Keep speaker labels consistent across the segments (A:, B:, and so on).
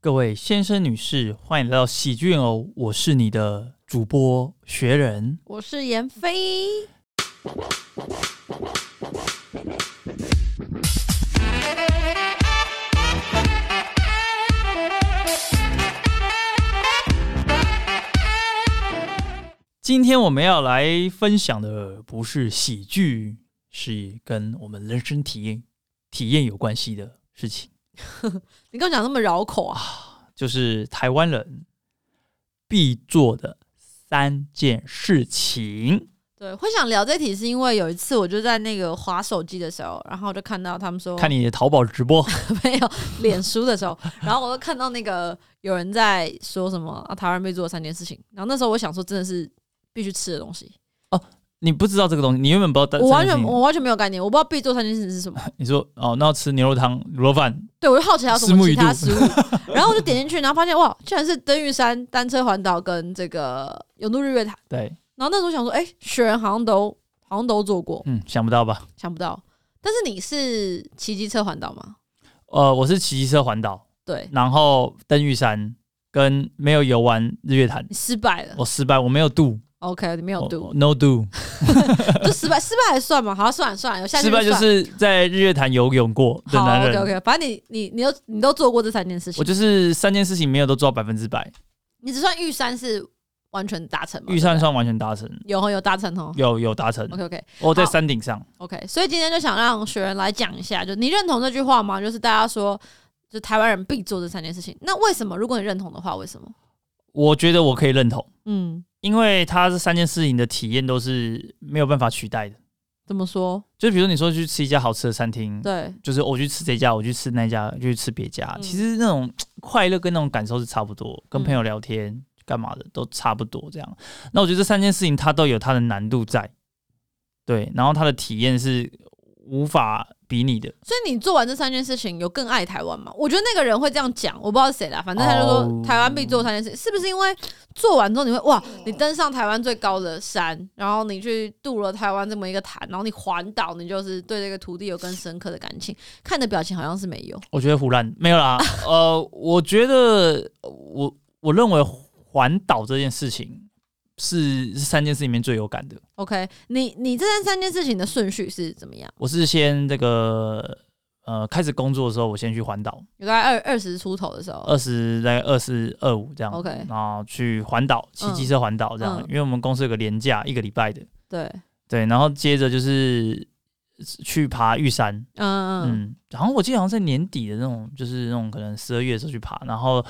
A: 各位先生、女士，欢迎来到喜剧院哦！我是你的主播学人。
B: 我是妍飞。
A: 今天我们要来分享的不是喜剧，是跟我们人生体验体验有关系的事情，
B: 你跟我讲那么绕口啊？
A: 就是台湾人必做的三件事情。
B: 对，会想聊这题是因为有一次我就在那个划手机的时候，然后就看到他们说
A: 看你的淘宝直播，
B: 没有脸书的时候， 然后我就看到那个有人在说什么啊，台湾被做的三件事情。然后那时候我想说，真的是必须吃的东西，
A: 你不知道这个东西，你原本不知道。
B: 我完全我完全没有概念，我不知道必做三件事情是什么。
A: 你说哦，那要吃牛肉汤、卤肉饭，
B: 对，我就好奇还有什
A: 拭目
B: 么
A: 以
B: 其他
A: 度
B: 食物，然后我就点进去，然后发现哇，竟然是登玉山单车环岛跟这个永渡日月潭。
A: 对，
B: 然后那时候想说，哎、雪人好像都好像都做过，
A: 嗯，想不到吧？
B: 想不到。但是你是骑机车环岛吗？
A: 呃，我是骑机车环岛，
B: 对，
A: 然后登玉山跟没有游玩日月潭，
B: 你失败了。
A: 我失败，我没有 do，
B: OK，你没有 do，、
A: 我 no do，
B: 就失败，失败还算吗？好，算了算了，下
A: 失败就是在日月潭游泳过的
B: 好
A: 男
B: OK
A: 人。
B: OK，反正你你你都你都做过这三件事情，
A: 我就是三件事情没有都做到百分之百，
B: 你只算玉山是完全达成吗？
A: 预算
B: 对不
A: 算完全达成，
B: 对有哦有达成哦。
A: 有有达成，
B: OK OK
A: 我在
B: 好
A: 山顶上。
B: OK，所以今天就想让学员来讲一下，就你认同这句话吗？就是大家说，就台湾人必做这三件事情，那为什么？如果你认同的话，为什么？
A: 我觉得我可以认同，
B: 嗯，
A: 因为它这三件事情的体验都是没有办法取代的。
B: 怎么说？
A: 就比如你说去吃一家好吃的餐厅，
B: 对，
A: 就是我去吃这家，我去吃那家，就去吃别家。
B: 嗯
A: 其实那种快乐跟那种感受是差不多，跟
B: 嗯
A: 朋友聊天干嘛的都差不多这样。那我觉得这三件事情它都有它的难度在，对，然后它的体验是无法比拟的。
B: 所以你做完这三件事情，有更爱台湾吗？我觉得那个人会这样讲，我不知道是谁啦，反正他就说、
A: 哦
B: 台湾必做三件事，是不是因为做完之后你会哇，你登上台湾最高的山，然后你去渡了台湾这么一个潭，然后你环岛，你就是对这个土地有更深刻的感情。看你的表情好像是没有，
A: 我觉得胡乱没有 啦，呃，我觉得我我认为环岛这件事情是是三件事里面最有感的。
B: OK，你你这三件事情的顺序是怎么样？
A: 我是先这个呃开始工作的时候，我先去环岛。
B: 有大概二二十出头的时候，
A: 二十大概二四二五这样
B: OK
A: 然后去环岛骑机车环岛这样，
B: 嗯
A: 因为我们公司有个年假一个礼拜的，
B: 对，
A: 对，然后接着就是去爬玉山，
B: 嗯嗯，
A: 嗯，然后我记得好像在年底的那种，就是那种可能十二月的时候去爬，然后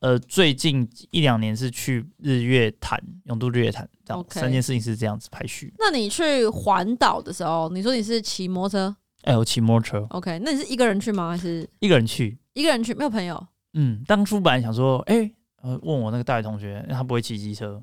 A: 呃最近一两年是去日月潭、永渡日月潭这样
B: OK
A: 三件事情是这样子排序。
B: 那你去环岛的时候，你说你是骑摩托车
A: 哎、我骑摩托车
B: ，OK？那你是一个人去吗？还是
A: 一个人去，
B: 一个人去？没有朋友？
A: 嗯，当初本来想说，哎、呃，问我那个大学同学，他不会骑机车，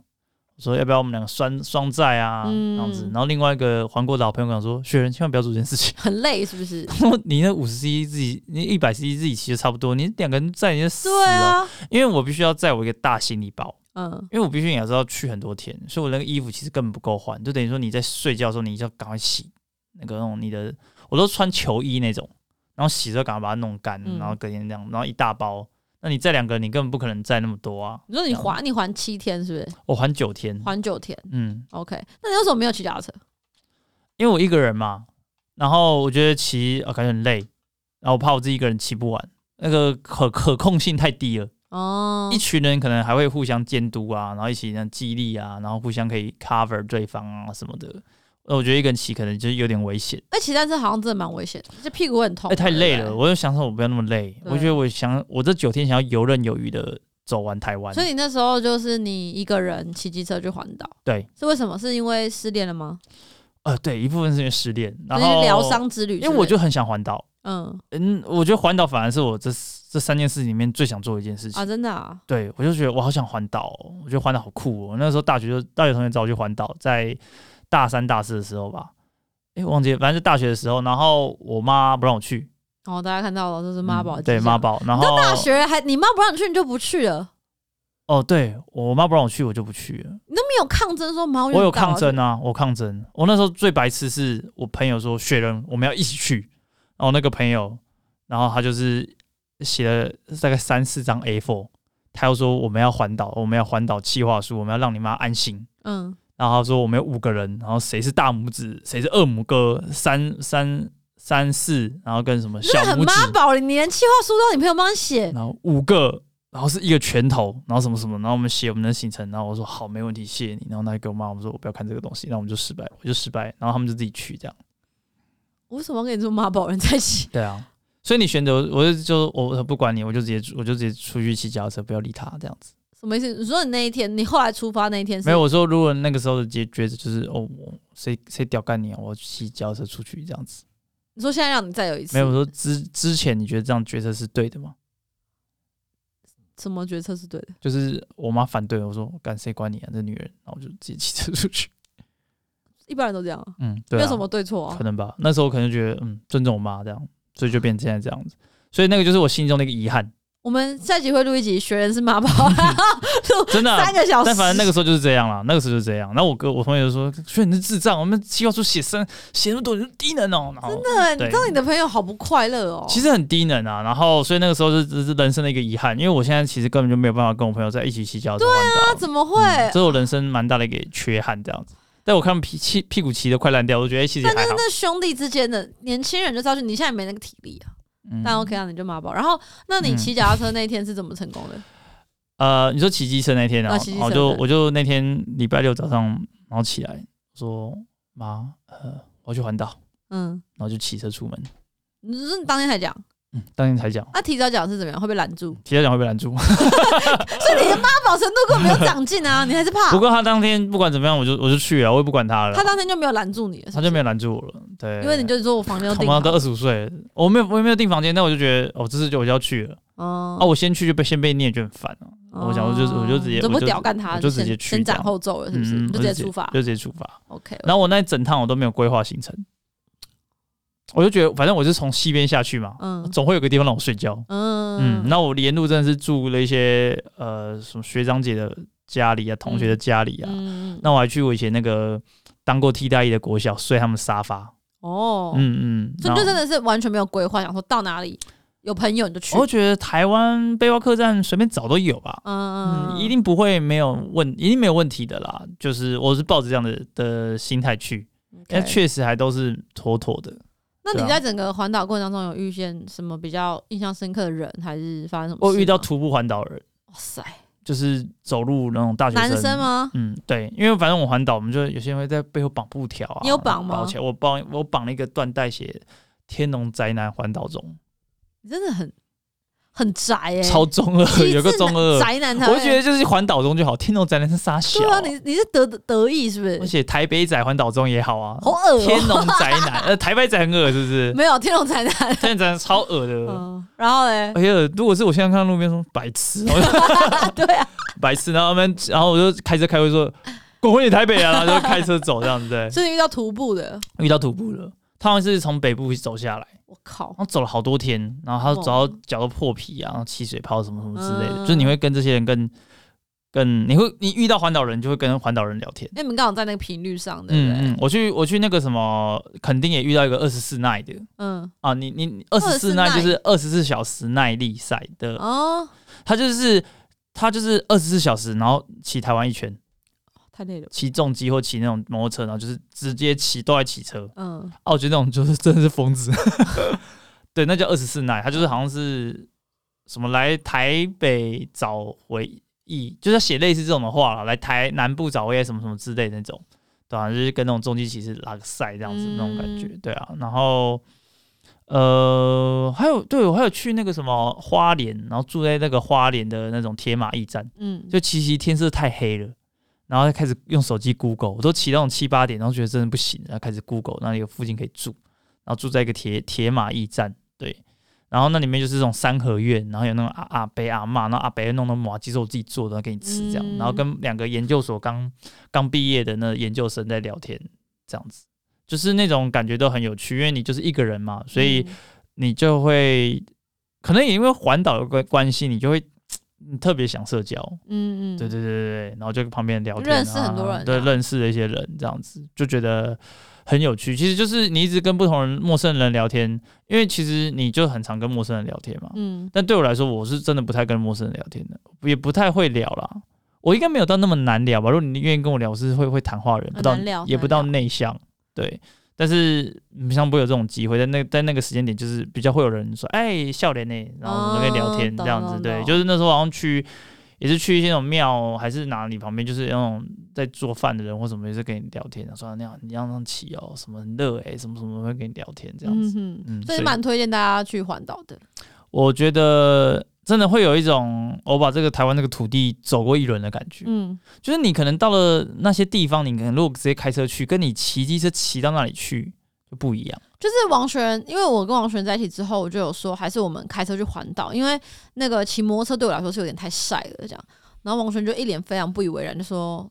A: 我说要不要我们两个双双载啊，
B: 嗯
A: 这样子。然后另外一个环过岛的朋友跟我说，雪人千万不要做这件事情，
B: 很累是不是？
A: 你那五十 cc 自己，你一百 cc 自己骑就差不多，你两个人载你就死
B: 对
A: 了。
B: 啊，
A: 因为我必须要载我一个大行李包，
B: 嗯，
A: 因为我必须也是要去很多天，所以我那个衣服其实根本不够换，就等于说你在睡觉的时候，你就要赶快洗那个那种你的，我都穿球衣那种，然后洗之后赶快把它弄干，
B: 嗯
A: 然后隔天这样，然后一大包。那你载两个，你根本不可能载那么多啊！
B: 你说你还你还七天是不是？
A: 我还九天，
B: 还九天
A: 嗯，
B: ，OK？那你为什么没有骑脚踏车？
A: 因为我一个人嘛，然后我觉得骑啊、感觉很累，然后我怕我自己一个人骑不完，那个可可控性太低了。
B: 哦
A: 一，群人可能还会互相监督啊，然后一起那样激励啊，然后互相可以 cover 对方啊什么的。那我觉得一个人骑可能就是有点危险，
B: 哎，骑单车好像真的蛮危险的，这屁股会很痛
A: 哎、
B: 嘛，
A: 太累
B: 对
A: 了。
B: 不
A: 我就想说，我不要那么累。
B: 对
A: 我觉得我想，我这九天想要游刃有余的走完台湾
B: 对。所以你那时候就是你一个人骑机车去环岛，
A: 对，
B: 是为什么？是因为失恋了吗？
A: 呃，对，一部分是因为失恋，然
B: 就是
A: 后
B: 疗，伤之旅之类
A: 因
B: 的，
A: 为我就很想环岛。
B: 嗯
A: 嗯，我觉得环岛反而是我这这三件事里面最想做的一件事情。
B: 啊，真的啊，
A: 对，我就觉得我好想环岛哦、我觉得环岛好酷哦、那时候大学就大学同学找我去环岛，在大三大四的时候吧，诶，我忘记了，反正就大学的时候，然后我妈不让我去，
B: 哦，大家看到了，这是妈宝、
A: 嗯对妈。宝，然后
B: 大学还你妈不让你去，你就不去了，
A: 哦，对我妈不让我去，我就不去了。
B: 你都没有抗争说妈，
A: 我有抗争啊，我抗争。我那时候最白痴是我朋友说雪人，我们要一起去，然后那个朋友，然后他就是写了大概三四张 A4，他又说我们要环岛，我们要环岛计划书，我们要让你妈安心。
B: 嗯，
A: 然后他说我们有五个人，然后谁是大拇指，谁是二拇哥，三三三四，然后跟什么
B: 你
A: 小
B: 真的很
A: 拇
B: 妈
A: 指，
B: 宝，你连计划书都要你朋友帮你写，
A: 然后五个，然后是一个拳头，然后什么什么，然后我们写我们的行程，然后我说好，没问题，谢谢你。然后他给我妈，我们说我不要看这个东西，那我们就失败，我就失败，然后他们就自己去这样。
B: 我为什么要跟你说妈宝人 在一起？
A: 对啊，所以你选择，我就就我不管你，我就直接我就直接出去骑脚踏车，不要理他这样子。
B: 什么意思？你说你那一天，你后来出发那一天是
A: 没有，我说如果那个时候的结抉择就是哦，我谁谁屌干你啊，我骑脚踏车出去这样子。
B: 你说现在让你再有一次，
A: 没有，我说之之前你觉得这样决策是对的吗？
B: 什么决策是对的？
A: 就是我妈反对我说，干谁管你啊，这女人，然后我就自己骑车出去。
B: 一般人都这样啊，
A: 嗯，对、
B: 没
A: 啊，
B: 有什么对错啊
A: 可。能吧。那时候可能就觉得，嗯，尊重我妈这样，所以就变成现在这样子。所以那个就是我心中的一个遗憾，
B: 我们下集会录一集学人是 妈宝，然后录
A: 真的啊、
B: 三个小时。
A: 但反正那个时候就是这样啦，那个时候就是这样。然后我哥、我朋友就说：“说你是智障，我们计划书写三写那么多，你是低能哦、然后
B: 真的，你
A: 对
B: 知道你的朋友好不快乐哦。
A: 其实很低能啊。然后所以那个时候是是人生的一个遗憾，因为我现在其实根本就没有办法跟我朋友在一起骑脚踏车环
B: 那
A: 岛，
B: 怎么会？
A: 嗯这是我人生蛮大的一个缺憾这样子。但我看屁屁屁股骑的快烂掉，我觉得、哎其实也
B: 但
A: 还
B: 那
A: 好。
B: 那兄弟之间的年轻人就知道，你现在没那个体力啊。
A: 嗯
B: 但 OK 啊，你就妈宝。然后，那你骑脚踏车那天是怎么成功的？
A: 呃，你说骑机车那天
B: 啊
A: 啊
B: 骑机，车
A: 我就
B: 对
A: 我就那天礼拜六早上，然后起来说妈，呃，我要去环岛，
B: 嗯，
A: 然后就骑车出门。
B: 你说你当天才讲，
A: 嗯，当天才讲，
B: 那、提早讲是怎么样？会被拦住？
A: 提车讲会被拦 住。
B: 所以你的妈宝程度根本没有长进啊，你还是怕
A: 不。过他当天不管怎么样，我就我就去了，我也不管他了，
B: 他当天就没有拦住你了，
A: 啊他就没
B: 有，
A: 有拦住我了。对，
B: 因为你就说我房间都
A: 他
B: 订
A: 妈
B: 好
A: 都二十五岁了，我没有我也没有订房间，但我就觉得哦，这次就我就要去了
B: 哦
A: 啊，我先去就被先被念就很烦啊。
B: 哦
A: 我想我就我就直接
B: 你怎
A: 我
B: 么
A: 就
B: 屌干他？
A: 我就直
B: 先
A: 接去
B: 先
A: 这
B: 斩
A: 样
B: 后奏了，是不是？
A: 嗯
B: 你就
A: 我
B: 直接出发
A: 就直接出发。
B: ，OK？
A: 然后我那一整趟我都没有规划行程，我就觉得反正我是从西边下去嘛，
B: 嗯
A: 总会有个地方让我睡觉。嗯，
B: 嗯
A: 那我沿路真的是住了一些呃什么学长姐的家里啊，同学的家里啊。
B: 嗯
A: 那我还去我以前那个当过替代役的国小睡他们沙发。
B: 哦，
A: 嗯嗯，
B: 所以你就
A: 然
B: 真
A: 后
B: 的是完全没有规划，想说到哪里有朋友你就去
A: 我，会觉得台湾背包客栈随便找都有吧。
B: 嗯
A: 嗯，一定不会没有问，一定没有问题的啦。就是我是抱着这样的的心态去，
B: OK
A: 那确实还都是妥妥的。
B: 那
A: 对
B: 你
A: 啊
B: 在整个环岛过程当中有遇见什么比较印象深刻的人，还是发生什么事吗？
A: 我遇到徒步环岛人，
B: 哇塞，
A: 就是走路那种大学
B: 男生吗？
A: 嗯，对，因为反正我环岛，我们就有些人会在背后绑布条啊。
B: 你有绑吗
A: 绑起来，我绑我绑了一个缎带写“天龙宅男环岛中
B: 你真的很很宅哎、”，
A: 超中二，
B: 其实
A: 有个中二。
B: 宅男才会，
A: 我觉得就是环岛中就好，“天龙宅男”是傻小
B: 对。啊，你你是得得意是不
A: 而
B: 是？
A: 且台北仔环岛中也好啊，
B: 好恶哦、
A: 天龙宅男，呃，台北仔很恶是不是？
B: 没有天龙宅男。
A: 天龙宅男超恶的。
B: 嗯，然 后嘞，
A: 而且如果是我现在看到路边说白痴，哦我就
B: 对啊，
A: 白痴，然后他们，然后我就开车开会 说滚回你台北啊，然后就开车走这样子。对，
B: 所以你遇到徒步的，
A: 遇到徒步了，他好像是从北部走下来，
B: 我靠哎
A: 然，后走了好多天，然后他走到
B: 哇
A: 脚都破皮啊，然后起水泡什么什么之类的，
B: 嗯
A: 就是你会跟这些人更更，你会你遇到环岛人就会跟环岛人聊天。
B: 因为你们刚好在那个频率上，对不对？
A: 嗯嗯，我去我去那个什么，肯定也遇到一个二十四耐的
B: 嗯，
A: 啊，你你二十四
B: 耐
A: 耐就是二十四小时耐力赛的，
B: 哦，
A: 他就是他就是二十四小时，然后骑台湾一圈，
B: 太累了，
A: 骑重机或骑那种摩托车，然后就是直接骑都在骑车，
B: 嗯，
A: 啊，我觉得那种就是真的是疯子。 对，那叫二十四奶，他就是好像是什么来台北找回忆，就是写类似这种的话啦，来台南部找回忆什么什么之类的那种，对啊，就是跟那种重机骑士拉个赛这样子、
B: 嗯
A: 那种感觉，对啊。然后呃，还有对我还有去那个什么花莲，然后住在那个花莲的那种铁马驿站，
B: 嗯，
A: 就骑骑天色太黑了，然后就开始用手机 Google，我都骑到那种七八点，然后觉得真的不行，然后开始 Google 那里有附近可以住，然后住在一个铁铁马驿站，对，然后那里面就是这种三合院，然后有那种阿阿伯阿嬷，然后阿伯弄的麻鸡是我自己做的，然后给你吃这样，
B: 嗯
A: 然后跟两个研究所刚刚毕业的那研究生在聊天，这样子，就是那种感觉都很有趣，因为你就是一个人嘛，所
B: 嗯
A: 以。你就会可能也因为环岛的关关系，你就会你特别想社交，
B: 嗯，嗯嗯，
A: 对对对对对，然后就跟旁边聊天、啊，
B: 认识很多人啊
A: 对，认识了一些人，这样子就觉得很有趣。其实就是你一直跟不同人、陌生人聊天，因为其实你就很常跟陌生人聊天嘛。
B: 嗯，
A: 但对我来说，我是真的不太跟陌生人聊天的，也不太会聊啦。我应该没有到那么难聊吧？如果你愿意跟我聊，我是会会谈话的人，
B: 很
A: 不到
B: 难聊
A: 也不到
B: 难
A: 内向，对。但是平常不会有这种机会，在那在那个时间点，就是比较会有人说：“哎，笑脸呢？”然后我们可以聊天、
B: 哦
A: 这样
B: 懂
A: 子，
B: 懂
A: 对。
B: 懂
A: 就是那时候好像去，也是去一些那种庙还是哪里旁边，就是那种在做饭的人或什么，也是跟你聊天，说啊那样你要让起哦，什么很热哎、什么什么会跟你聊天这样子。
B: 嗯哼
A: 嗯
B: 所以
A: 所以
B: 蛮推荐大家去环岛的。
A: 我觉得真的会有一种我把这个台湾这个土地走过一轮的感觉，
B: 嗯，
A: 就是你可能到了那些地方，你可能如果直接开车去，跟你骑机车骑到那里去就不一样。
B: 就是王璇，因为我跟王璇在一起之后，我就有说，还是我们开车去环岛，因为那个骑摩托车对我来说是有点太晒了，这样。然后王璇就一脸非常不以为然，就说：“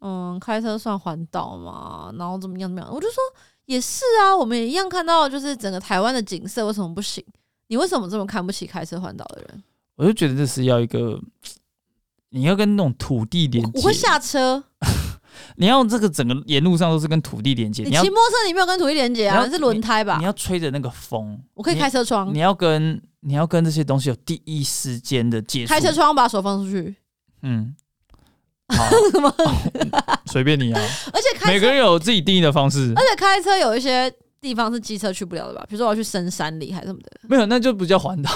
B: 嗯，开车算环岛嘛？然后怎么样怎么样？”我就说：“也是啊，我们也一样看到就是整个台湾的景色，为什么不行？你为什么这么看不起开车环岛的人？
A: 我就觉得这是要一个，你要跟那种土地连
B: 我会
A: 接，
B: 下车，
A: 你要这个整个沿路上都是跟土地连接，
B: 你
A: 你要
B: 骑摩托车你没有跟土地连接
A: 你
B: 啊，
A: 要
B: 是轮胎吧
A: 你？要吹着那个风，
B: 我可以开车窗
A: 你，你，要跟你要跟这些东西有第一时间的接触，
B: 开车窗把手放出去，
A: 嗯，好，
B: 什么？
A: 随便你啊，
B: 而且开
A: 每
B: 车
A: 个人有自己定义的方式
B: 而。且开车有一些地方是机车去不了的吧？比如说我要去深山里还是什么的，
A: 没有，那就不叫环岛。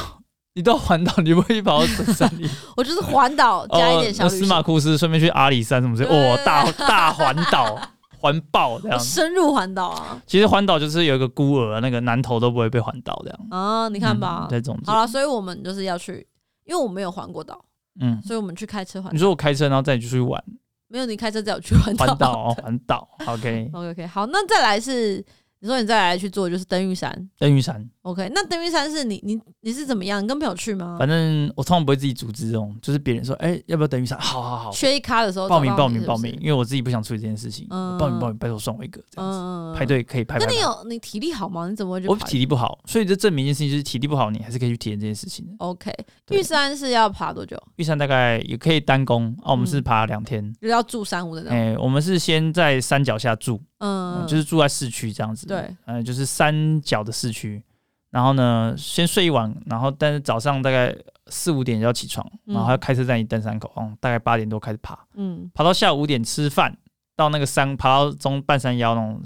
A: 你到环岛，你不会跑到深山里，
B: 我就是环岛 加一点小
A: 哦那
B: 旅
A: 司
B: 行，
A: 马库斯，顺便去阿里山什么之类，
B: 对
A: 哇、大大环岛， 环爆这
B: 我
A: 样。
B: 深入环岛啊！
A: 其实环岛就是有一个孤儿，那个南投都不会被环岛这样。嗯
B: 啊，你
A: 你
B: 看吧，
A: 在中间
B: 好，了，所以我们就是要去，因为我没有环过岛，
A: 嗯，
B: 所以我们去开车环
A: 你。说我开车，然后带你出去玩，
B: 没有你开车带我去环
A: 环岛
B: 岛。
A: 哦，环岛，OK，
B: OK OK，好，那再来是你说你再来去做就是登玉山。
A: 登玉山，
B: OK，那登玉山是你你你是怎么样？你跟朋友去吗
A: 反？正我通常不会自己组织这种，就是别人说，哎、要不要登玉山？好好好，
B: 缺一咖的时候
A: 报名
B: 找到
A: 报
B: 你
A: 名报名
B: 是不，是
A: 因为我自己不想处理这件事情，
B: 嗯
A: 报名报名，拜托送我一个这样子，
B: 嗯，嗯嗯
A: 排队可以排排
B: 那
A: 排
B: 你。有你体力好吗？你怎么会去
A: 我
B: 爬
A: 体力不好，所以这证明一件事情，就是体力不好，你还是可以去体验这件事情的。
B: ？OK，
A: 对
B: 玉山是要爬多久？
A: 玉山大概也可以单攻啊，我们是
B: 嗯
A: 爬两天。
B: 就是要住山屋的那种。
A: 哎、我们是先在山脚下住，
B: 嗯，
A: 就是住在市区这样子。
B: 对，
A: 呃，就是山脚的市区。然后呢，先睡一晚，然后但是早上大概四五点就要起床，
B: 嗯
A: 然后还要开车带你登山口，嗯，大概八点多开始爬，
B: 嗯
A: 爬到下午五点吃饭，到那个山爬到中半山腰那种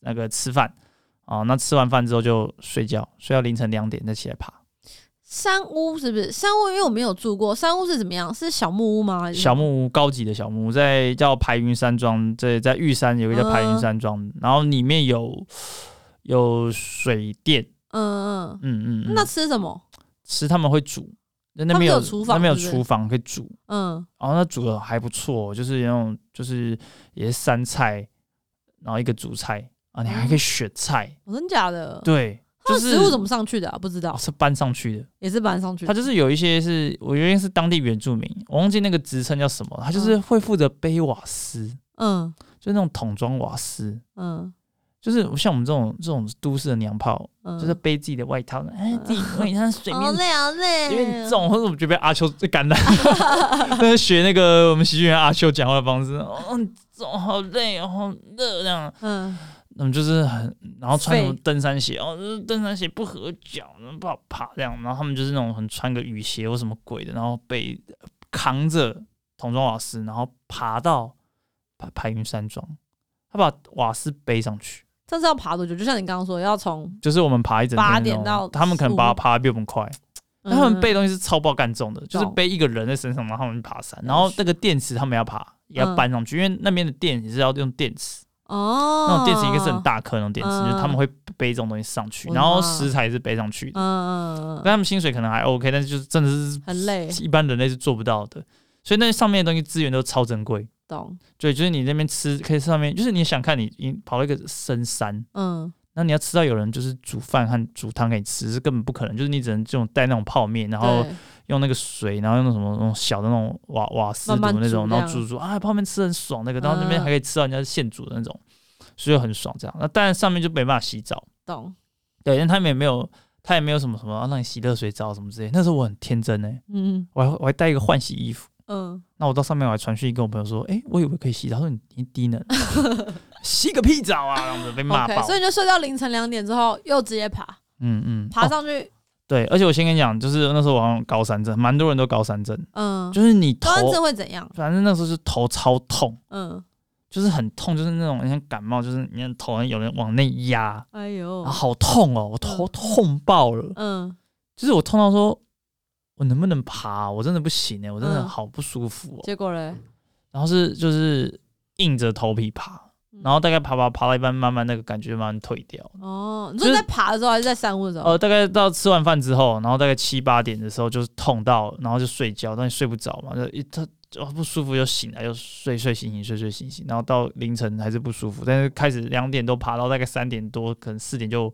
A: 那个吃饭，哦，那吃完饭之后就睡觉，睡到凌晨两点再起来爬。
B: 山屋是不是？山屋因为我没有住过，山屋是怎么样？是小木屋吗？还是
A: 小木屋，高级的小木屋，在叫排云山庄，在在玉山有一个叫排云山庄，
B: 嗯
A: 然后里面有有水电，
B: 嗯嗯
A: 嗯嗯，
B: 嗯，
A: 嗯
B: 那吃什么？
A: 吃他们会煮，那那
B: 他们
A: 边
B: 有厨房
A: 那边有
B: 是不是
A: 厨房可以煮，
B: 嗯，
A: 然后那煮的还不错，就是那种就是也是三菜，然后一个主菜啊，你还可以选菜，
B: 我真假的？
A: 对，就
B: 它的
A: 是
B: 嗯食物怎么上去的啊？不知道
A: 哦，是搬上去的。
B: 也是搬上去的。
A: 他就是有一些是，我觉得是当地原住民，我忘记那个职称叫什么，他就是会负责背瓦斯，
B: 嗯
A: 就是那种桶装瓦斯，
B: 嗯
A: 就是像我们这种这种都市的娘炮，
B: 嗯，哦
A: 就是背自己的外套，哎，自己外套水
B: 好
A: 面
B: 累好累，
A: 因为你这种，或者我们就被阿秋感染，那学那个我们喜剧演员阿秋讲话的方式，哦，你这种好累哦，好热这样，
B: 嗯
A: 那么就是很，然后穿什么
B: 废
A: 登山鞋，哦，就是登山鞋不合脚，不好爬这样，然后他们就是那种很穿个雨鞋或什么鬼的，然后被扛着桶装瓦斯，然后爬到排排云山庄，他把瓦斯背上去。
B: 这是要爬多久？就像你刚刚说，要从
A: 就是我们爬一整天的那种，
B: 8点到
A: 他们可能
B: 15
A: 爬爬得比我们快，但他们
B: 嗯
A: 背东西是超爆干重的，就是
B: 懂
A: 背一个人在身上，然后他们去爬山，
B: 了
A: 然后那个电池他们要爬，也要
B: 嗯
A: 搬上去，因为那边的电也是要用电池，
B: 哦，
A: 那种电池应该是很，大颗那种电池，
B: 嗯
A: 就是他们会背这种东西上去，
B: 我的
A: 然
B: 妈
A: 后食材也是背上去的，
B: 嗯嗯
A: 但他们薪水可能还 OK，但是就是真的是
B: 很累，
A: 一般人类是做不到的，所以那上面的东西资源都超珍贵。
B: 懂？
A: 对，就是你那边吃，可以上面，就是你想看你你跑到一个深山，
B: 嗯
A: 那你要吃到有人就是煮饭和煮汤给你吃是根本不可能，就是你只能这种带那种泡面，然后
B: 对
A: 用那个水，然后用那种什么那种小的那种瓦瓦斯炉
B: 慢慢
A: 那种，
B: 煮这
A: 然后
B: 样
A: 煮煮啊，泡面吃很爽那个，然后那边
B: 嗯
A: 还可以吃到人家现煮的那种，所以很爽这样。那当然上面就没办法洗澡，
B: 懂，
A: 对，但他们也没有，他也没有什么什么、啊、让你洗热水澡什么之类。那时候我很天真呢、
B: 嗯
A: 我还我还带一个换洗衣服。
B: 嗯，
A: 那我到上面我还传讯跟我朋友说，哎、我以为可以洗澡，他说你你低能，洗个屁澡啊，然后我们就被骂
B: OK，
A: 爆。
B: 所以你就睡到凌晨两点之后，又直接爬
A: 嗯嗯，
B: 爬
A: 哦
B: 上去，
A: 对，而且我先跟你讲，就是那时候我好像有高山症，蛮多人都高山症，
B: 嗯，
A: 就是你头
B: 高，山症会怎样？
A: 反正那时候是头超痛，
B: 嗯，
A: 就是很痛，就是那种像感冒，就是你的头有人往内压，
B: 哎呦
A: 啊，，好痛哦，我头痛爆了，
B: 嗯
A: 就是我痛到说，我能不能爬？我真的不行哎、我真的
B: 嗯
A: 好不舒服哦。
B: 结果嘞，
A: 然后是就是硬着头皮爬，
B: 嗯
A: 然后大概爬爬爬到一半，慢慢那个感觉慢慢退掉。
B: 哦，你说
A: 就
B: 你
A: 是
B: 在爬的时候还是在散步的时候？
A: 呃，大概到吃完饭之后，然后大概七八点的时候就是痛到，然后就睡觉，但是睡不着嘛，就一他就不舒服就醒来，就睡睡醒醒睡睡醒醒，然后到凌晨还是不舒服，但是开始两点多爬到大概三点多，可能四点就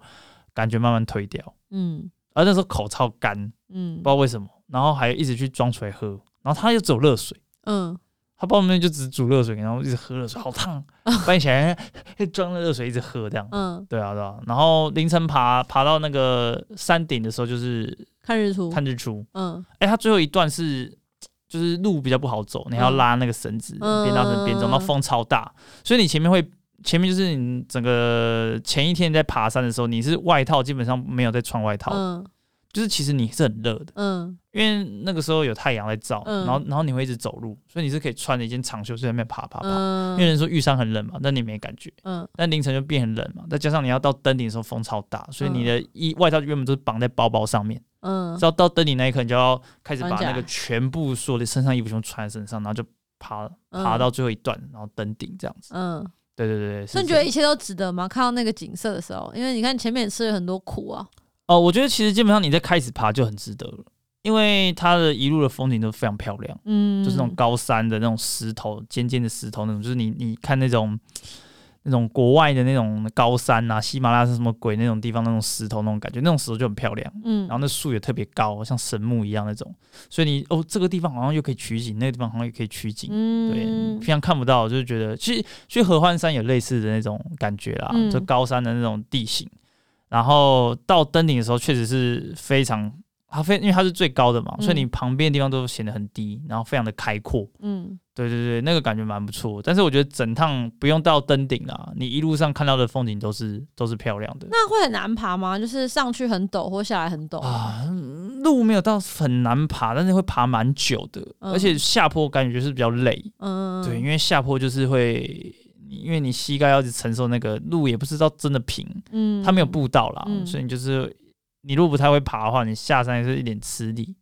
A: 感觉慢慢退掉。
B: 嗯
A: 而那时候口超干，
B: 嗯
A: 不知道为什么，然后还一直去装水喝，然后他又走热水。
B: 嗯，
A: 他帮我们就只煮热水，然后一直喝热水，好烫，搬起来装了热水一直喝这样。
B: 嗯，
A: 对啊，对啊。然后凌晨爬爬到那个山顶的时候，就是
B: 看日出，
A: 看日出。
B: 嗯
A: 哎、它最后一段是就是路比较不好走，你还要
B: 嗯
A: 拉那个绳子，
B: 嗯
A: 边拉绳边走，然后风超大，所以你前面会。前面就是你整个前一天在爬山的时候，你是外套基本上没有在穿外套，
B: 嗯
A: 就是其实你是很热的，
B: 嗯
A: 因为那个时候有太阳在照，
B: 嗯
A: 然后然后你会一直走路，所以你是可以穿着一件长袖在那边爬爬爬。因为
B: 嗯
A: 人说玉山很冷嘛，但你没感觉，
B: 嗯
A: 但凌晨就变很冷嘛，再加上你要到登顶的时候风超大，所以你的衣外套原本都是绑在包包上面，
B: 嗯
A: 只，要到登顶那一刻，你就要开始把
B: 绑起来
A: 那个全部所有的身上衣服全部穿在身上，然后就爬
B: 嗯
A: 爬到最后一段，然后登顶这样子。
B: 嗯，
A: 对对对对，
B: 所
A: 是
B: 以你
A: 这
B: 觉
A: 样
B: 得一切都值得吗？看到那个景色的时候，因为你看前面也吃了很多苦啊，
A: 哦，我觉得其实基本上你在开始爬就很值得了，因为它的一路的风景都非常漂亮。
B: 嗯，
A: 就是那种高山的那种石头，尖尖的石头那种，就是你你看那种那种国外的那种高山啊，喜马拉雅山什么鬼那种地方那种石头那种感觉，那种石头就很漂亮。
B: 嗯
A: 然后那树也特别高，像神木一样那种，所以你哦，这个地方好像又可以取景，那个地方好像又可以取景，对，你
B: 嗯
A: 平常看不到，就是觉得其实去合欢山有类似的那种感觉啦，
B: 嗯
A: 就高山的那种地形。然后到登顶的时候，确实是非常它非，因为它是最高的嘛，
B: 嗯
A: 所以你旁边的地方都显得很低，然后非常的开阔。
B: 嗯
A: 对对对，那个感觉蛮不错。但是我觉得整趟不用到登顶啦，你一路上看到的风景都是都是漂亮的。
B: 那会很难爬吗？就是上去很陡或下来很陡？
A: 啊，嗯路没有到很难爬，但是会爬蛮久的，
B: 嗯
A: 而且下坡感觉就是比较累。
B: 嗯，
A: 对，因为下坡就是会，因为你膝盖要一直承受那个路，也不知道真的平，
B: 嗯
A: 它没有步道啦，
B: 嗯
A: 所以你就是你如果不太会爬的话，你下山也是一点吃力。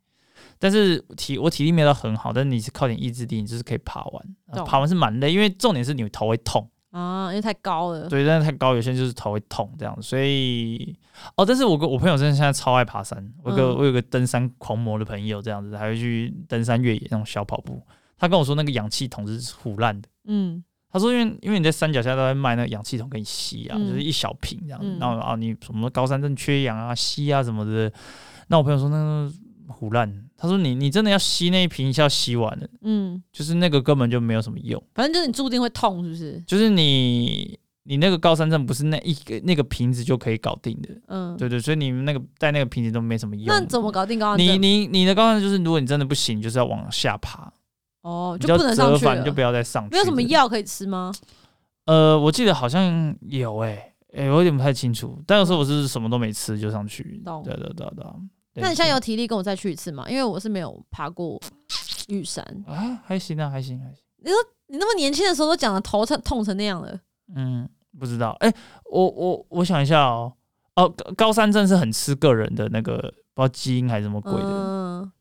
A: 但是体我体力没有到很好，但是你是靠点意志力，你就是可以爬完。
B: 懂
A: 爬完是蛮累，因为重点是你头会痛，
B: 啊，因为太高了，
A: 对，但是太高，有些人就是头会痛这样。所以哦，但是我跟我朋友真的现在超爱爬山，我有个、
B: 嗯
A: 我有个登山狂魔的朋友这样子，还会去登山越野那种小跑步。他跟我说那个氧气筒是腐烂的。
B: 嗯
A: 他说因：“为因为你在山脚下都在卖那个氧气筒给你吸啊，
B: 嗯
A: 就是一小瓶这样子。
B: 嗯
A: 然后啊，你什么高山症缺氧啊、吸啊什么的。那我朋友说那个胡乱，他说你你真的要吸那一瓶一下吸完了，
B: 嗯，
A: 就是那个根本就没有什么用。
B: 反正就是你注定会痛，是不是？
A: 就是你你那个高山症不是那一个那个瓶子就可以搞定的，
B: 嗯，
A: 对对，所以你那个带那个瓶子都没什么用。
B: 那怎么？搞定高山
A: 你
B: 症？
A: 你你的高山症就是，如果你真的不行，就是要往下爬，
B: 哦，
A: 你
B: 就不能上
A: 折
B: 去
A: 返，
B: 了
A: 你就，不要再上去。
B: 没有什么。药可以吃吗？
A: 呃，我记得好像有诶、欸，诶、我有点不太清楚。但有时候我是什么都没吃就上去。
B: 懂
A: 对对对对。对
B: 那你现在有体力跟我再去一次吗？因为我是没有爬过玉山。
A: 啊？还行啊，还行还行。
B: 你那么年轻的时候都讲的头痛痛成那样了，
A: 嗯，不知道。诶、我我我想一下哦。哦，高高山症是很吃个人的那个，不知道基因还是什么鬼的。
B: 嗯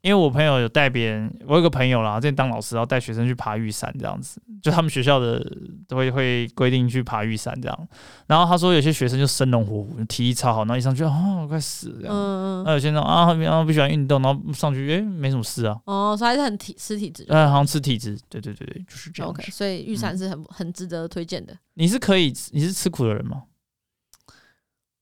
A: 因为我朋友有带别人，我有个朋友啦，之前当老师，然后带学生去爬玉山这样子，就他们学校的都会会规定去爬玉山这样。然后他说有些学生就生龙活虎，体力超好，然后一上去啊、我快死了这样。
B: 嗯
A: 那
B: 嗯，
A: 有些人啊，然后不喜欢运动，然后上去诶、没什么事啊，
B: 哦，所以还是很体吃体质。
A: 嗯，好像吃体质，对对对对，就是啊嗯这样子。
B: OK，所以玉山是很很值得推荐的。
A: 你是可以，你是吃苦的人吗？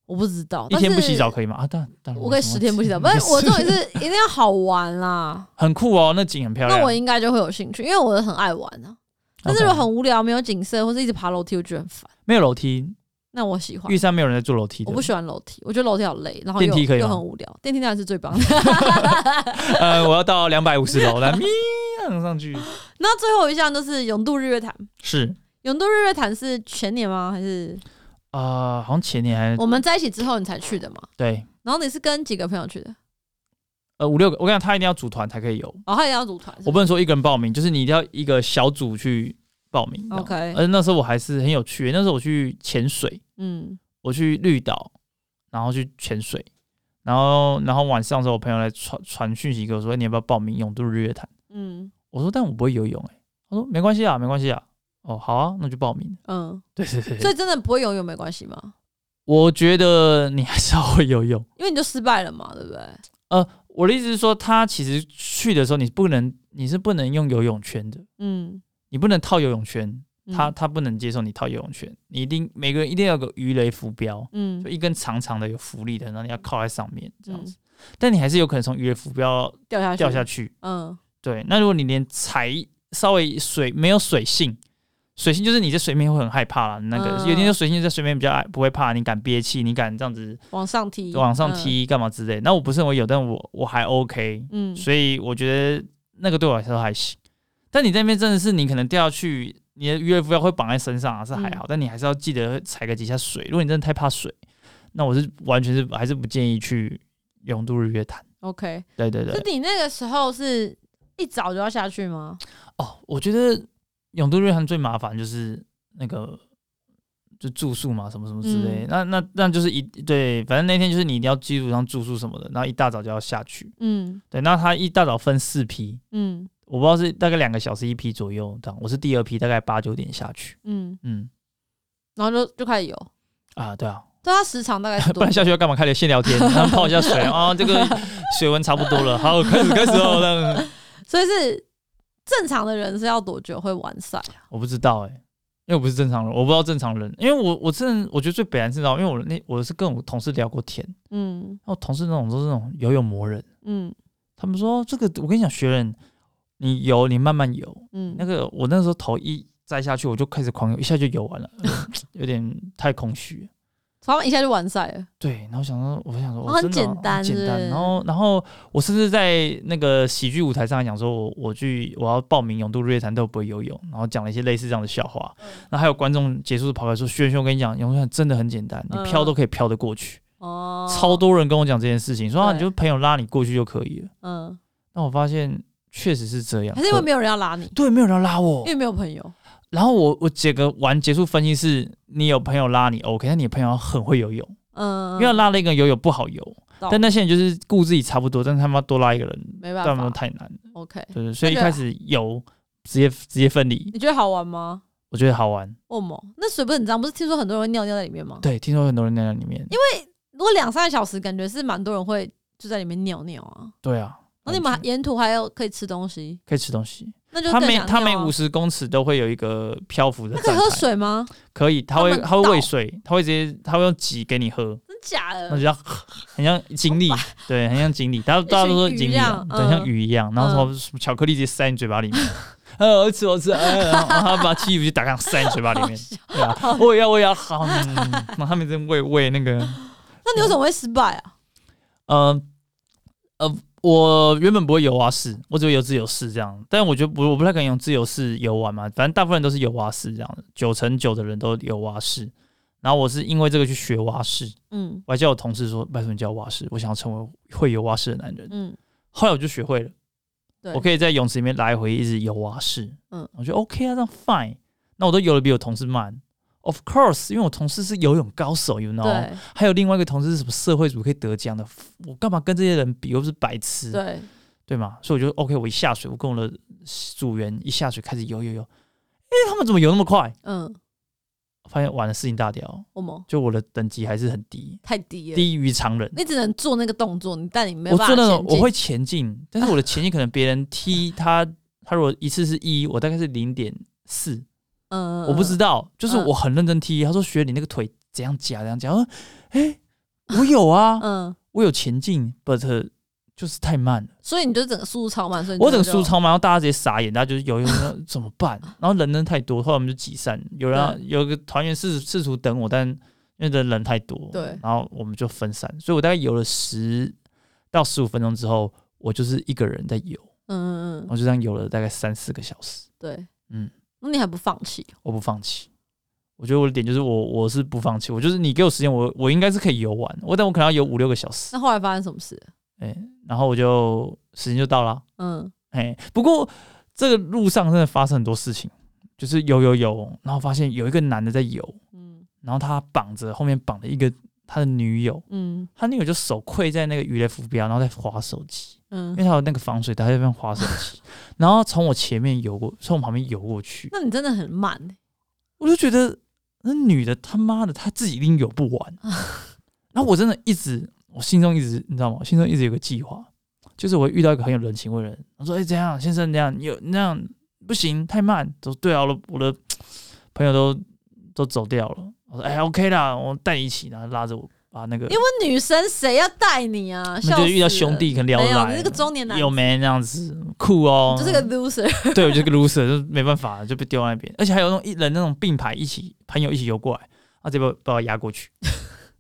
B: 我不知道，
A: 一天不洗澡
B: 哦但
A: 可以吗？啊，当然当
B: 是
A: 然，
B: 我可以十 天不洗澡，不是我重点是一定要好玩啦。
A: 很酷哦，那景很漂亮。
B: 那我应该就会有兴趣，因为我很爱玩啊。但是如果
A: OK
B: 很无聊，没有景色，或是一直爬楼梯，我觉得很烦。
A: 没有楼梯，
B: 那我喜欢
A: 玉，山没有人在坐楼梯的
B: 我不。喜欢楼梯，我觉得楼梯好累，然后
A: 电
B: 又
A: 梯可以
B: 又
A: 吗
B: 很无聊。电梯当然是最棒的。
A: 呃，我要到两百五十楼了，咪上去
B: 那最后一项就是永渡日月潭，
A: 是。
B: 永渡日月潭是前年吗？还是
A: 啊，好像前年还
B: 我们在一起之后你才去的嘛？
A: 对，
B: 然后你是跟几个朋友去的？
A: 呃，五六个。我跟你讲，他一定要组团才可以游，
B: 哦，他也要组团是
A: 我
B: 不
A: 不能说一个人报名，就是你一定要一个小组去报名。这样
B: OK
A: 而那时候我还是很有趣，那时候我去潜水，
B: 是，嗯，
A: 我去绿岛，然后去潜水，然后然后晚上的时候，我朋友来传传讯息给我说，哎你要不要报名永渡日月潭？
B: 嗯
A: 我说，但我不会游泳、欸，他说没关系啊，没关系啊。哦，好啊，那就报名。
B: 嗯，
A: 对对对对，
B: 所以真的不会游泳没关系吗？
A: 我觉得你还是要会游泳。
B: 因为你就失败了嘛，对不对？
A: 我的意思是说，他其实去的时候，你不能，你是不能用游泳圈的，
B: 嗯，
A: 你不能套游泳圈，
B: 嗯
A: 他他不能接受你套游泳圈，你一定每个人一定要有个鱼雷浮标，
B: 嗯
A: 就一根长长的有浮力的，然后你要靠在上面这样子，
B: 嗯
A: 但你还是有可能从鱼雷浮标
B: 掉下去，
A: 掉下，去。
B: 嗯
A: 对，那如果你连踩稍微水没有水性，水性就是你在水面会很害怕啦，那个、
B: 嗯
A: 有些人水性在水面比较矮，不会怕，你敢憋气，你敢这样子
B: 往上踢，
A: 往上踢干嘛之类。那我不是我有，但我我还 OK，
B: 嗯，嗯，
A: 所以我觉得那个对我来说还行。但你在那边真的是你可能掉下去，你的鱼雷浮标会绑在身上啊，是
B: 嗯
A: 还好，但你还是要记得踩个几下水。如果你真的太怕水，那我是完全是还是不建议去永渡日月潭。
B: OK。
A: 对对对
B: 是，你那个时候是一早就要下去吗？
A: 哦，我觉得永渡日月潭最麻烦就是那个就住宿嘛，什么什么之类。
B: 嗯
A: 那那那就是一对，反正那天就是你一定要记录上住宿什么的，然后一大早就要下去。
B: 嗯
A: 对，那他一大早分四批，
B: 嗯
A: 我不知道是大概两个小时一批左右这样。我是第二批，大概八九点下去。
B: 嗯，
A: 嗯
B: 然后就就开始游。
A: 啊，对啊，
B: 对，它时长大 概是
A: 不
B: 多
A: 然下去要干嘛？开始先聊天，然后泡一下水啊，这个水温差不多了，好，开始开始哦。这样
B: 所以是正常的人是要多久会完赛？
A: 我不知道哎、因为我不是正常人，我不知道正常人，因为我我真的我觉得最北然是知道，因为我那我是跟我同事聊过天，
B: 嗯
A: 然后同事那种都是那种游泳魔人，
B: 嗯
A: 他们说这个我跟你讲，学人，你游你慢慢游，
B: 嗯，
A: 那个我那时候头一栽下去我就开始狂游，一下就游完 了，有点太空虚。
B: 他们一下就完赛了。
A: 对，然后想说，我想说，我
B: 哦很
A: 真的
B: 简
A: 很
B: 单
A: 简
B: 是
A: 单。
B: 不是
A: 然后，然后我甚至在那个喜剧舞台上还讲说我，我去我要报名永渡日月潭都不会游泳，然后讲了一些类似这样的笑话。
B: 嗯
A: 然后还有观众结束跑来说，轩轩，我跟你讲，永渡日月潭真的很简单，你
B: 嗯
A: 飘都可以飘得过去。
B: 哦，
A: 超多人跟我讲这件事情，说啊，
B: 对
A: 你就朋友拉你过去就可以了。
B: 嗯，
A: 但我发现确实是这样，
B: 还是因为
A: 可
B: 没有人要拉你，
A: 对，没有人要拉我
B: 因。为没有朋友。
A: 然后我我解个完结束分析是，你有朋友拉你 OK，但你的朋友很会游泳，
B: 嗯，
A: 因为拉了一个人游泳不好游。
B: 懂
A: 但那些人就是顾自己差不多，但是他妈多拉一个人，
B: 没办
A: 但
B: 法
A: 太难了，
B: OK，
A: 对对，所以一
B: 那就
A: 开始游直接直接分离，
B: 你觉得好玩吗？
A: 我觉得好玩。
B: 哦么？那水不是很脏？不是听说很多人会尿尿在里面吗？
A: 对，听说很多人在那里面，因为
B: 如果两三个小时，感觉是蛮多人会就在里面尿尿啊。
A: 对啊，
B: 然后
A: 完
B: 你们还
A: 全
B: 沿途还有可以吃东西，
A: 可以吃东西，
B: 那就
A: 它
B: 更
A: 每
B: 想
A: 它每
B: 尿啊
A: 五十公尺都会有一个漂浮的
B: 那可以
A: 站
B: 喝
A: 台，
B: 水吗？
A: 可以，它会
B: 他们
A: 它会喂
B: 倒
A: 水，它会直接它会用挤给你喝，
B: 真假的
A: 那就？像很像锦鲤，对，很像锦鲤， 大家大家都说
B: 一群
A: 锦
B: 鱼一
A: 鲤啊
B: 样，
A: 对，像
B: 嗯
A: 鱼一样，然后
B: 嗯
A: 什么巧克力直接塞你嘴巴里面， 呃，我吃我吃，哎然后然后他把气球就打开塞你嘴巴里面，对啊，我也要我也要，好，嗯然后他们在喂喂那个，
B: 那你为什么会失败啊？
A: 呃呃，我原本不会游蛙式，我只会游自由式这样，但我觉得不我不太可能用自由式游玩嘛，反正大部分人都是游蛙式这样的，九成九的人都游蛙式，然后我是因为这个去学蛙式。
B: 嗯
A: 我还叫我同事说：“拜托你教我蛙式，我想要成为会游蛙式的男人。
B: 嗯，
A: 后来我就学会了，
B: 对，
A: 我可以在泳池里面来回一直游蛙式。嗯
B: 嗯，
A: 我觉得 OK 啊，这样 fine。那我都游的比我同事慢，of course，因为我同事是游泳高手，you know。
B: 对
A: 还有另外一个同事是什么社会组可以得奖的，我干嘛跟这些人比？又不是白痴，对
B: 对，
A: 吗？所以我就 OK，我一下水，我跟我的组员一下水开始游游游，哎、他们怎么游那么快？
B: 嗯，
A: 发现完了，事情大条，
B: 我们
A: 就我的等级还是很低，
B: 太低了，
A: 低于常人。
B: 你只能做那个动作，你但你没有
A: 我
B: 办
A: 做
B: 法
A: 那种
B: 前进
A: 我会前 进，但是我的前进可能别人踢他，他如果一次是一，我大概是零点四，
B: 嗯，嗯
A: 我不知
B: 嗯
A: 道，就是我很认真踢。他说学你那个腿怎样夹怎样夹，我说哎、我有啊，
B: 嗯，
A: 我有前进，but 呃就是太慢了，
B: 所以你就整个速度超慢，所以你
A: 我整个
B: 就
A: 速度超慢，然后大家直接傻眼，大家就是有一种 说怎么办，然后人真的太多，后来我们就集散，有人要有个团员试试图等我，但因为人人太多，
B: 对
A: 然后我们就分散，所以我大概游了十到十五分钟之后，我就是一个人在游。
B: 嗯嗯
A: 然
B: 嗯，
A: 后就这样游了大概三四个小时。
B: 对，
A: 哦嗯，
B: 那你还不放弃？哦
A: 我不放弃。我觉得我的点就是我我是不放弃，我就是你给我时间，我我应该是可以游玩，我但我可能要游五六个小时，
B: 那后来发生什么事？
A: 然后我就时间就到了。
B: 嗯，
A: 哎，不过这个路上真的发生很多事情，就是游游游，然后发现有一个男的在游，
B: 嗯
A: 然后他绑着后面绑了一个他的女友，
B: 嗯
A: 他女友就手跪在那个鱼雷浮标，然后在划手机，因为他
B: 嗯，
A: 有那个防水袋，他在那边划手机， 然后从我前面游过，从我旁边游过去，
B: 那你真的很慢、欸。
A: 我就觉得那女的他妈的她自己一定游不完，
B: 啊
A: 然后我真的一直我心中一直你知道吗？我心中一直有个计划，就是我会遇到一个很有人情味的人，我说哎、怎样先生这样你有那样不行太慢，都对啊，我的我的朋友都都走掉了，我说哎、OK 啦，我带你一起，然后拉着我把那个
B: 因为女生谁要带你啊？
A: 那
B: 笑
A: 就
B: 死
A: 是遇到兄弟可能聊
B: 了
A: 得
B: 没有，
A: 来
B: 你是个中年男子，
A: 有没那样子酷哦，
B: 你就是个 loser。
A: 对，我就是个 loser，就是没办法，就被丢在那边。而且还有那种一人那种并排一起朋友一起游过来，啊，直接把我把我压过去。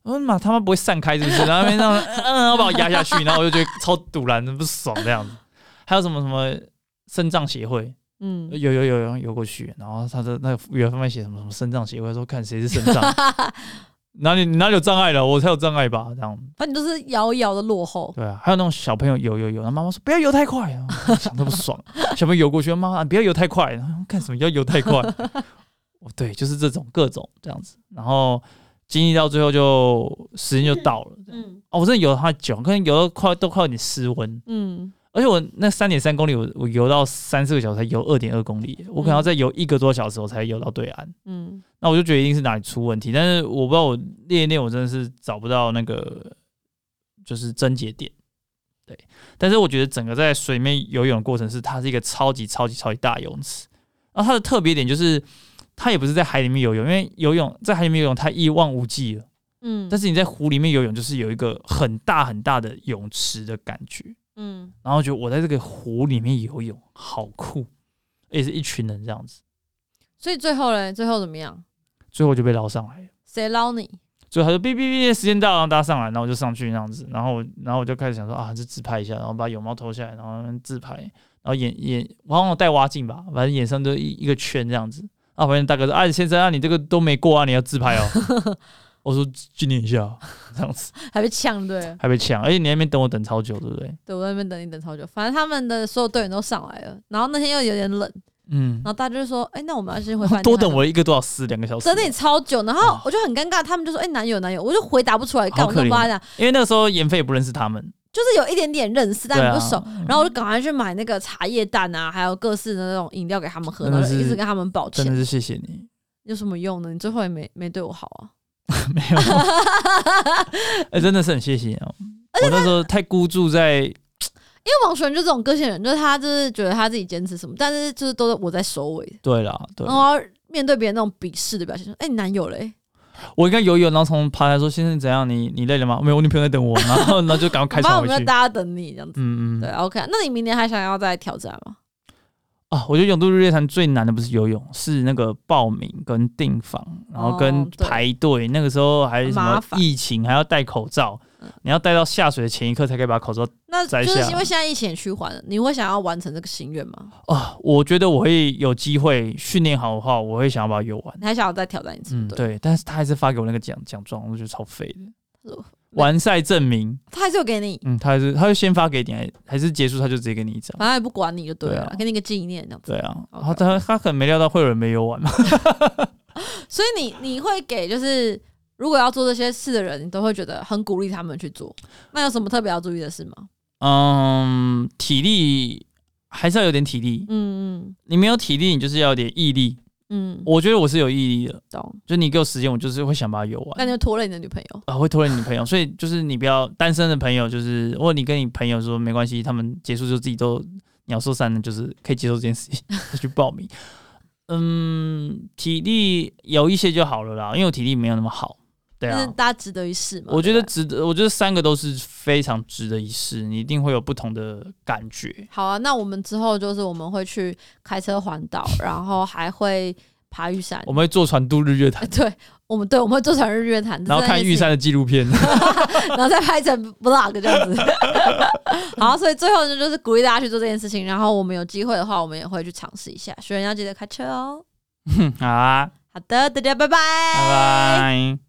A: 我说妈，他妈不会散开是不是？然后那边那种，嗯，要把我压下去，然后我就觉得超堵然的，不爽这样子。还有什么什么肾脏协会，
B: 嗯，
A: 有有有有游过去，然后他的那个原方面写什么什么肾脏协会，说看谁是肾脏，哪里哪里有障碍了，我才有障碍吧，这样。
B: 反正你都是遥遥的落后。
A: 对啊，还有那种小朋友游游游，他妈妈说不要游太快啊，我想都不爽。 小朋友游过去，妈妈啊不要游太快，然后干什么要游太快？啊 哦，对，就是这种各种这样子，然后经历到最后就时间就到了。
B: 嗯
A: 哦，我真的游得太久，可能游到快都快有点失温，
B: 嗯，
A: 而且我那三点三公里，我我游到三四个小时才游二点二公里，我可能要再游一个多小时我才游到对岸。
B: 嗯，
A: 那我就觉得一定是哪里出问题，但是我不知道我练一练，我真的是找不到那个就是症结点。对，但是我觉得整个在水里面游泳的过程是，它是一个超级超级超级大的泳池，然后它的特别点就是它也不是在海里面游泳，因为游泳在海里面游泳太一望无际了，
B: 嗯，
A: 但是你在湖里面游泳就是有一个很大很大的泳池的感觉，
B: 嗯
A: 然后觉得我在这个湖里面游泳好酷，也是一群人这样子，
B: 所以最后嘞，最后怎么样？
A: 最后就被捞上来了。
B: 谁捞你？
A: 最后他就哔哔哔，时间到了，然后大家上来，然后我就上去那样子，然后我然后我就开始想说啊，就自拍一下，然后把泳帽脱下来，然后自拍，然后眼眼我好像有戴蛙镜吧，反正眼上都一一个圈这样子。啊，旁边大哥说：“啊，先生啊，你这个都没过啊，你要自拍哦。” 我说：“纪念一下，哦 这样子
B: 还被呛对了，
A: 还被呛，哎而且你在那边等我等超久，对不对
B: 对我在那边等你等超久。反正他们的所有队员都上来了，然后那天又有点冷，？”
A: 嗯
B: 然，后大家就说：“哎、那我哦们要先回饭店。”
A: 多等。我一个多小时，两个小时。
B: 真的也超久，然后
A: 哇
B: 我就很尴尬，他们就说：“哎、男友男友。”我就回答不出来，
A: 好
B: 干我
A: 可
B: 干
A: 怜
B: 嘛的？
A: 因为那个时候妍飞也不认识他们，
B: 就是有一点点认识，
A: 对
B: 但
A: 啊
B: 不熟。然后我就赶快去买那个茶叶蛋啊，还有各式的那种饮料给他们喝，
A: 真的
B: 然后
A: 是
B: 一直跟他们抱
A: 真
B: 歉
A: 的，是谢谢你，
B: 有什么用呢？你最后也没没对我好啊。
A: 没有， 哎，真的是很谢谢你哦。我那时候太孤注在
B: 因为王璇就这种个性人，就是他就是觉得他自己坚持什么，但是就是都是我在收尾，
A: 对啦，对
B: 然，后面对别人那种鄙视的表情，说：“哎、你男友嘞
A: 我应该游一游，然后从爬来说：“先生怎样？你你累了吗？”没有，我女朋友在等我， 然后然后就赶快开
B: 妈，
A: 船
B: 我
A: 回
B: 们
A: 去
B: 要。大家等你这样子。
A: 嗯嗯
B: 对，OK，那你明年还想要再挑战吗？
A: 啊，我觉得泳渡日月潭最难的不是游泳，是那个报名跟订房，然后跟
B: 哦对
A: 排队。那个时候还有什
B: 麻
A: 么
B: 烦
A: 疫情，还要戴口罩
B: 嗯，
A: 你要戴到下水的前一刻才可以把口罩。
B: 那
A: 摘
B: 就是
A: 下
B: 因为现在疫情也趋缓了，你会想要完成这个心愿吗？
A: 啊，我觉得我会有机会训练好的话，我会想要把它游完。
B: 你还想要再挑战一次？
A: 嗯，
B: 对，
A: 对，但是他还是发给我那个奖奖状，我觉得超废的
B: 哦。那
A: 完赛证明，
B: 他还是有给你，
A: 嗯，他还是他会先发给你，还还是结束他就直接给你一 张。
B: 反正也不管你就对了，
A: 对啊
B: 给你个纪念这样子。
A: 对啊，然
B: OK，
A: 后他他可能没料到会有人没游完嘛。
B: 所以你你会给就是如果要做这些事的人，你都会觉得很鼓励他们去做。那有什么特别要注意的事吗？
A: 嗯，体力还是要有点体力，
B: 嗯
A: 你没有体力，你就是要有点毅力。
B: 嗯嗯，
A: 我觉得我是有毅力的，
B: 懂。
A: 就你给我时间，我就是会想把它游
B: 那
A: 完。
B: 你就拖累你的女朋友。
A: 啊，会拖累你的朋友，所以就是你不要单身的朋友，就是或者你跟你朋友说没关系，他们结束就自己都鸟兽散了，就是可以接受这件事情， 就去报名。嗯，体力有一些就好了啦，因为我体力没有那么好。对
B: 但
A: 啊
B: 是，大家值得一试嘛？
A: 我觉得
B: 对啊不对
A: 值得，我觉得三个都是非常值得一试，你一定会有不同的感觉。
B: 好啊。那我们之后就是我们会去开车环 岛，然后还会爬玉山
A: 我。们会坐船渡日月潭
B: 哎， 对，我们对我们会坐船日月潭，
A: 然后看玉山，的纪录片。
B: 然后再拍成 vlog 这样子。 好，所以最后呢，就是鼓励大家去做这件事情。然后我们有机会的话，我们也会去尝试一下。学员要记得开车哦。
A: 好啊，
B: 好的，大家拜拜，
A: 拜拜。